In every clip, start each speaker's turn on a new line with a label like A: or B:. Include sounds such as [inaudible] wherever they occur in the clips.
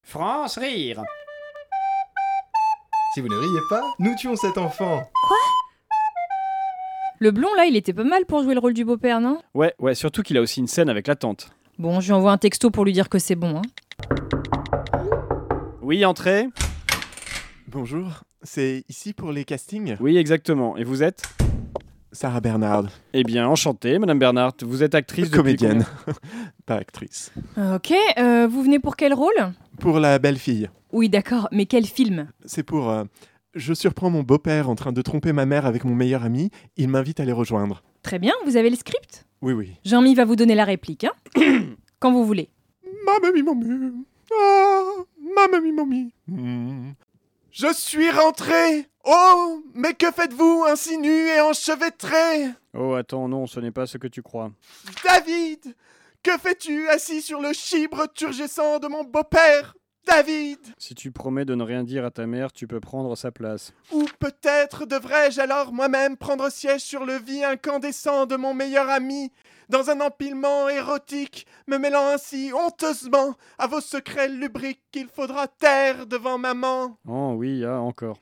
A: France rire.
B: Si vous ne riez pas, nous tuons cet enfant.
C: Le blond, là, il était pas mal pour jouer le rôle du beau-père, non
D: Ouais, ouais, surtout qu'il a aussi une scène avec la tante.
C: Bon, je lui envoie un texto pour lui dire que c'est bon. Hein.
D: Oui, entrez.
E: Bonjour, c'est ici pour les castings
D: Oui, exactement. Et vous êtes
E: Sarah Bernard,
D: Eh bien, enchantée, Madame Bernard. Vous êtes actrice depuis
E: comédienne,
D: combien-
E: [laughs] pas actrice.
C: Euh, Ok, euh, vous venez pour quel rôle
E: Pour la belle-fille,
C: Oui, d'accord, mais quel film
E: c'est pour... euh, je surprends mon beau-père en train de tromper ma mère avec mon meilleur ami, il m'invite à les rejoindre.
C: Très bien, vous avez le script
E: Oui, oui.
C: Jean-Mi va vous donner la réplique, hein
E: [coughs]
C: Quand vous voulez.
E: Mamma mia, mamma. Ah, mamma mia, mamma. Mm. Je suis rentré Oh, mais que faites-vous ainsi nu et enchevêtré
D: Oh, attends, non, ce n'est pas ce que tu crois.
E: David Que fais-tu assis sur le chibre turgescent de mon beau-père David
D: Si tu promets de ne rien dire à ta mère, tu peux prendre sa place.
E: Ou peut-être devrais-je alors moi-même prendre siège sur le lit incandescent de mon meilleur ami, dans un empilement érotique, me mêlant ainsi honteusement à vos secrets lubriques qu'il faudra taire devant maman.
D: Oh oui, ah, encore.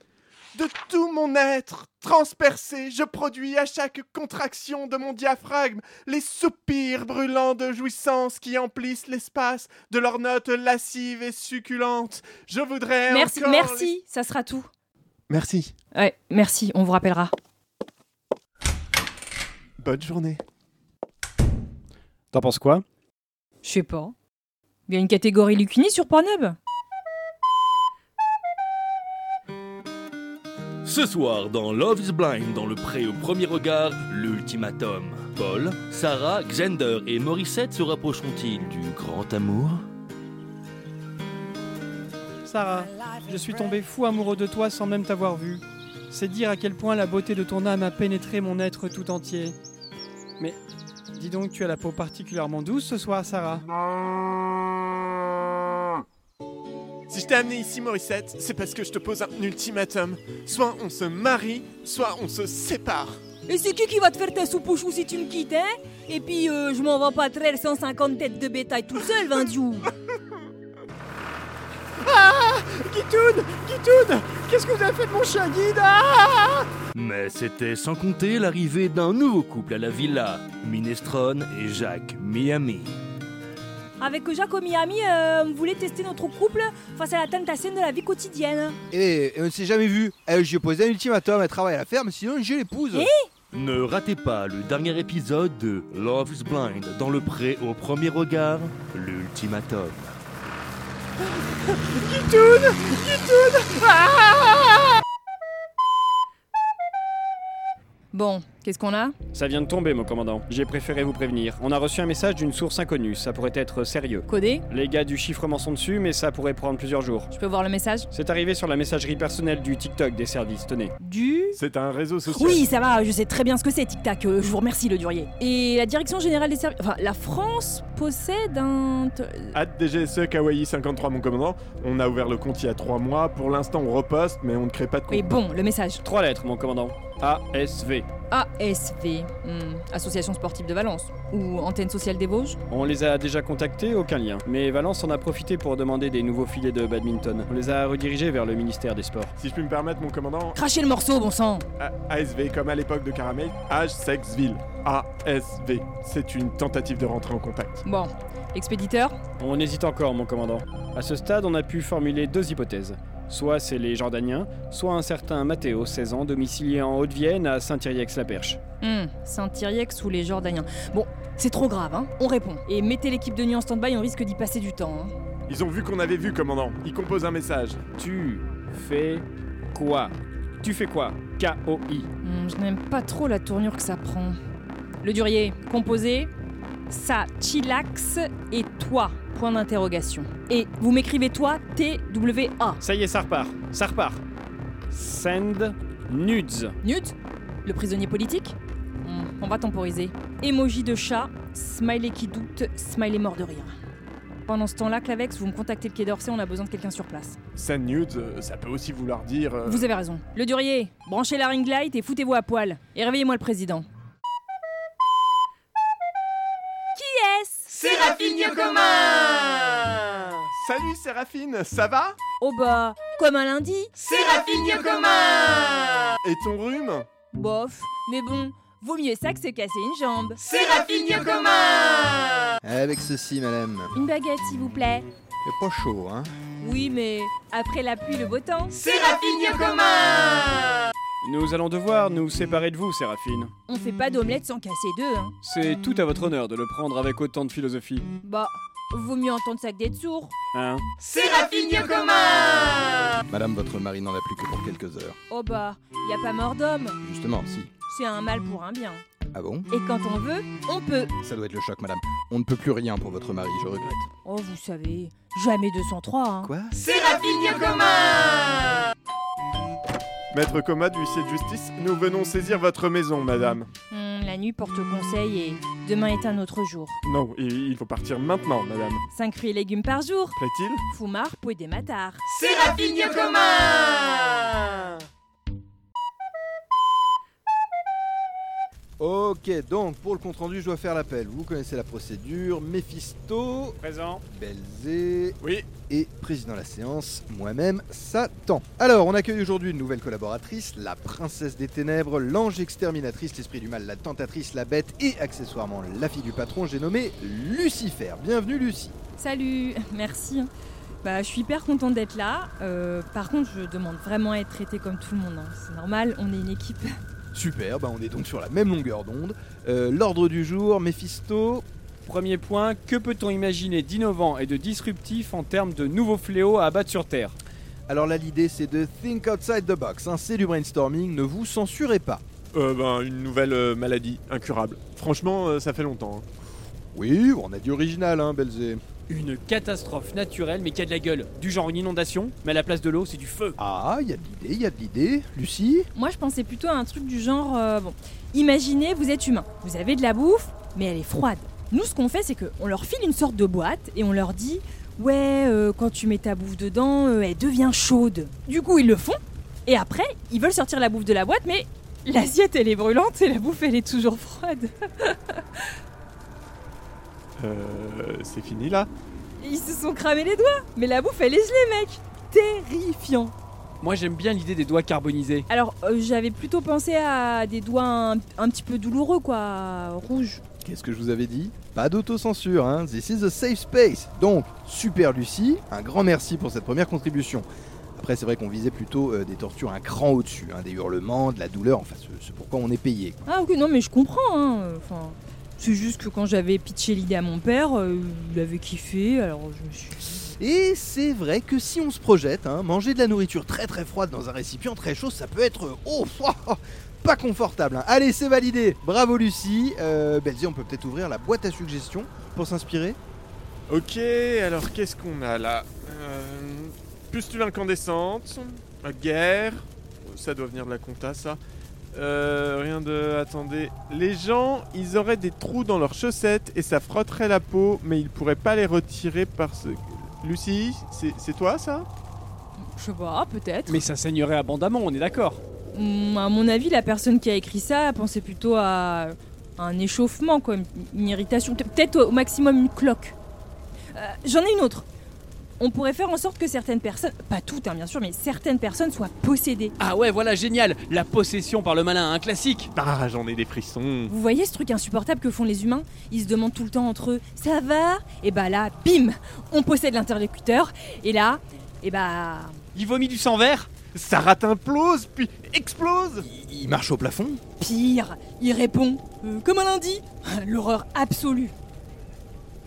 E: De tout mon être, transpercé, je produis à chaque contraction de mon diaphragme les soupirs brûlants de jouissance qui emplissent l'espace de leurs notes lascives et succulentes. Je voudrais
C: Merci,
E: encore les-
C: merci, ça sera tout.
E: Merci.
C: Ouais, merci, on vous rappellera.
E: Bonne journée.
D: T'en penses quoi
C: Je sais pas. Il y a une catégorie Lucini sur Pornhub
F: Ce soir, dans Love is Blind, dans le pré au premier regard, l'ultimatum. Paul, Sarah, Xander et Morissette se rapprocheront-ils du grand amour
G: Sarah, je suis tombé fou amoureux de toi sans même t'avoir vu. C'est dire à quel point la beauté de ton âme a pénétré mon être tout entier. Mais dis donc, tu as la peau particulièrement douce ce soir, Sarah.
E: Si je t'ai amené ici, Morissette, c'est parce que je te pose un ultimatum. Soit on se marie, soit on se sépare.
H: Et c'est qui qui va te faire ta soupe au chou si tu me quittes, hein Et puis, euh, je m'en vais pas traire 150 têtes de bétail tout seul, Vindiou
G: Guitoun Guitoun Qu'est-ce que vous avez fait de mon chien guide
F: Mais c'était sans compter l'arrivée d'un nouveau couple à la villa, Minestrone et Jacques, Miami.
H: Avec Jacques au Miami, euh, on voulait tester notre couple face à la tentation de la vie quotidienne.
I: Et, et on ne s'est jamais vu. Elle, je lui ai posé un ultimatum, elle travaille à la ferme, sinon je l'épouse.
H: Eh
F: Ne ratez pas le dernier épisode de Love is Blind, dans le pré au premier regard, l'ultimatum.
C: Bon, qu'est-ce qu'on a
D: Ça vient de tomber, mon commandant. J'ai préféré vous prévenir. On a reçu un message d'une source inconnue, ça pourrait être sérieux.
C: Codé
D: Les gars du chiffrement sont dessus, mais ça pourrait prendre plusieurs jours.
C: Je peux voir le message
D: C'est arrivé sur la messagerie personnelle du TikTok des services, tenez.
C: Du...
E: C'est un réseau social.
H: Oui, ça va, je sais très bien ce que c'est, Tic Tac. euh, je vous remercie, le durier.
C: Et la Direction Générale des Services... Enfin, la France possède un... te-
E: At DGSE E, Kawaii 53, mon commandant. On a ouvert le compte il y a 3 mois. Pour l'instant, on reposte, mais on ne crée pas de compte.
C: Oui, bon, le message.
D: Trois lettres, mon commandant. ASV.
C: ASV, hmm, Association Sportive de Valence, ou Antenne Sociale des Vosges.
D: On les a déjà contactés, aucun lien. Mais Valence en a profité pour demander des nouveaux filets de badminton. On les a redirigés vers le ministère des Sports.
E: Si je puis me permettre, mon commandant,
C: Crachez le morceau, bon sang
E: A- ASV, comme à l'époque de Caramel, âge, sexe, ville. ASV. C'est une tentative de rentrer en contact.
C: Bon, expéditeur
D: On hésite encore, mon commandant. À ce stade, on a pu formuler deux hypothèses. Soit c'est les Jordaniens, soit un certain Matteo, 16 ans, domicilié en Haute-Vienne à Saint-Iriex-la-Perche.
C: Hmm, Saint-Iriex ou les Jordaniens. Bon, c'est trop grave, hein On répond. Et mettez l'équipe de nuit en stand-by, on risque d'y passer du temps. hein.
E: Ils ont vu qu'on avait vu, commandant. Ils composent un message.
D: Tu fais quoi Tu fais quoi K-O-I.
C: Hmm, je n'aime pas trop la tournure que ça prend. Le durier, composé, ça, chillax et toi, point d'interrogation.
H: Et
C: Vous m'écrivez toi, T-W-A.
D: Ça y est, ça repart. Ça repart. Send nudes.
C: Newt Le prisonnier politique Hmm, On va temporiser. Emoji de chat, smiley qui doute, smiley mort de rire. Pendant ce temps-là, Clavex, vous me contactez le Quai d'Orsay, on a besoin de quelqu'un sur place.
E: Send nudes, euh, ça peut aussi vouloir dire. euh,
C: Vous avez raison. Le Durier, branchez la ring light et foutez-vous à poil. Et réveillez-moi le président.
H: yes
B: Séraphine Yokoma
E: Salut Séraphine, ça va
H: Oh bah, comme un lundi
E: Séraphine commun Et ton rhume
H: Bof, mais bon, vaut mieux ça que se casser une jambe.
E: Séraphine commun
I: Eh, Avec ceci, madame.
H: Une baguette, s'il vous plaît.
I: C'est pas chaud, hein.
H: Oui, mais après la pluie, le beau temps.
E: Séraphine commun
D: Nous allons devoir nous séparer de vous, Séraphine.
C: On fait pas d'omelette sans casser deux, hein.
D: C'est tout à votre honneur de le prendre avec autant de philosophie.
H: Bah, vaut mieux entendre ça que d'être sourd.
D: Hein
E: Séraphine commun
I: Madame, votre mari n'en a plus que pour quelques heures.
H: Oh bah, y a pas mort d'homme.
I: Justement, si.
H: C'est un mal pour un bien.
I: Ah bon
H: Et quand on veut, on peut.
I: Ça doit être le choc, madame. On ne peut plus rien pour votre mari, je regrette.
H: Oh, vous savez, jamais 203, hein.
I: Quoi
E: Séraphine commun Maître Coma du huissier de justice, nous venons saisir votre maison, madame.
C: Hmm, la nuit porte conseil et demain est un autre jour.
E: Non, il il faut partir maintenant, madame.
C: 5 fruits et légumes par jour.
E: Plaît-il
C: Foumar, poé des matards.
E: Séraphine commun
I: Ok, donc pour le compte rendu, je dois faire l'appel. Vous connaissez la procédure. Mephisto,
D: Présent.
I: Belzé
E: Oui.
I: et président de la séance, moi-même, Satan. Alors, on accueille aujourd'hui une nouvelle collaboratrice, la princesse des ténèbres, l'ange exterminatrice, l'esprit du mal, la tentatrice, la bête et accessoirement la fille du patron, j'ai nommé Lucifer. Bienvenue Lucie.
C: Salut, [laughs] merci. Bah, je suis hyper contente d'être là. Euh, par contre, je demande vraiment à être traitée comme tout le monde. hein. C'est normal, on est une équipe.
I: Super, bah on est donc sur la même longueur d'onde. Euh, L'ordre du jour, Mephisto,
D: Premier point, que peut-on imaginer d'innovant et de disruptif en termes de nouveaux fléaux à abattre sur Terre
I: Alors là, l'idée, c'est de think outside the box. hein. C'est du brainstorming, ne vous censurez pas.
E: Euh, ben, une nouvelle euh, maladie, incurable. Franchement, euh, ça fait longtemps. hein.
I: Oui, on a du original, hein, Belzé.
D: Une catastrophe naturelle mais qui a de la gueule. Du genre une inondation, mais à la place de l'eau, c'est du feu.
I: Ah, il y a de l'idée, il y a de l'idée. Lucie
C: Moi, je pensais plutôt à un truc du genre. euh, bon, imaginez, vous êtes humain. Vous avez de la bouffe, mais elle est froide. Nous, ce qu'on fait, c'est qu'on leur file une sorte de boîte et on leur dit Ouais, euh, quand tu mets ta bouffe dedans, euh, elle devient chaude. Du coup, ils le font. Et après, ils veulent sortir la bouffe de la boîte, mais l'assiette, elle est brûlante et la bouffe, elle est toujours froide.
E: Euh, c'est fini là
C: Ils se sont cramés les doigts, mais la bouffe elle est gelée mec Terrifiant
D: Moi j'aime bien l'idée des doigts carbonisés.
C: Alors euh, j'avais plutôt pensé à des doigts un, un petit peu douloureux quoi, rouges.
I: Qu'est-ce que je vous avais dit Pas d'autocensure, hein. This is a safe space. Donc, super Lucie, un grand merci pour cette première contribution. Après, c'est vrai qu'on visait plutôt euh, des tortures un cran au-dessus, hein, des hurlements, de la douleur, enfin, c'est c'est pourquoi on est payé. quoi.
C: Ah ok non mais je comprends hein, euh, enfin... C'est juste que quand j'avais pitché l'idée à mon père, euh, il avait kiffé, alors je me suis...
I: Et c'est vrai que si on se projette, hein, manger de la nourriture très très froide dans un récipient très chaud, ça peut être euh, oh ouah, [laughs] pas confortable. hein. Allez, c'est validé. Bravo Lucie. Euh, Belzé, on peut peut-être ouvrir la boîte à suggestions pour s'inspirer.
E: Ok, alors qu'est-ce qu'on a là Euh, Pustule incandescente, guerre, ça doit venir de la compta ça. Euh, rien de... Attendez. Les gens, ils auraient des trous dans leurs chaussettes et ça frotterait la peau, mais ils pourraient pas les retirer parce que... Lucie, c'est c'est toi ça
C: Je sais pas, peut-être.
D: Mais ça saignerait abondamment, on est d'accord.
C: Hum, à mon avis, la personne qui a écrit ça pensait plutôt à un échauffement, quoi, une- une irritation, Pe- peut-être au maximum une cloque. Euh, J'en ai une autre. On pourrait faire en sorte que certaines personnes, pas toutes hein, bien sûr, mais certaines personnes soient possédées.
G: Ah ouais, voilà, génial La possession par le malin, un classique
E: Ah, j'en ai des frissons.
C: Vous voyez ce truc insupportable que font les humains Ils se demandent tout le temps entre eux ça va Et bah là, bim, on possède l'interlocuteur. Et là, et bah
G: Il vomit du sang vert
E: Ça rate implose, puis explose
I: Il, il marche au plafond.
C: pire, il répond euh, comme un lundi. [laughs] L'horreur absolue.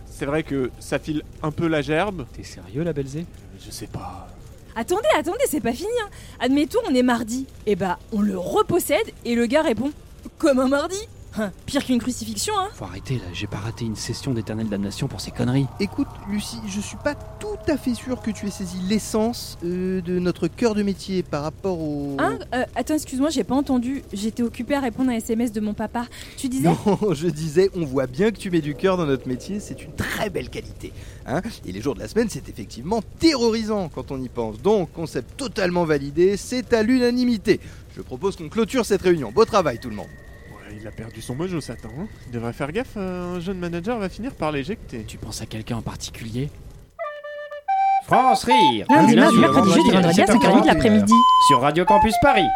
E: C'est vrai que ça file un peu la gerbe.
G: T'es sérieux, la Belzé
E: Je sais pas.
C: Attendez, attendez, c'est pas fini. hein. Admettons, on est mardi. Et bah, on le repossède et le gars répond comme un mardi. Hein, pire qu'une crucifixion, hein.
G: Faut arrêter, là, j'ai pas raté une session d'éternelle damnation pour ces conneries.
I: Écoute, Lucie, je suis pas tout à fait sûr que tu aies saisi l'essence euh, de notre cœur de métier par rapport au.
C: Hein Euh, Attends, excuse-moi, j'ai pas entendu. J'étais occupée à répondre à un SMS de mon papa. Tu disais
I: Non, [laughs] je disais, on voit bien que tu mets du cœur dans notre métier, c'est une très belle qualité. hein. et les jours de la semaine, c'est effectivement terrorisant quand on y pense. Donc, concept totalement validé, c'est à l'unanimité. Je propose qu'on clôture cette réunion. Beau travail, tout le monde.
E: Ouais, il a perdu son mojo, Satan. hein. Il devrait faire gaffe, euh, un jeune manager va finir par l'éjecter.
G: Tu penses à quelqu'un en particulier
C: France Rire
G: Lundi,
C: du
G: mardi,
C: au
G: mercredi,
C: vendredi
G: jeudi,
C: à
G: vendredi à
C: 17h30,
G: 5h30 de l'après-midi.
C: sur Radio Campus Paris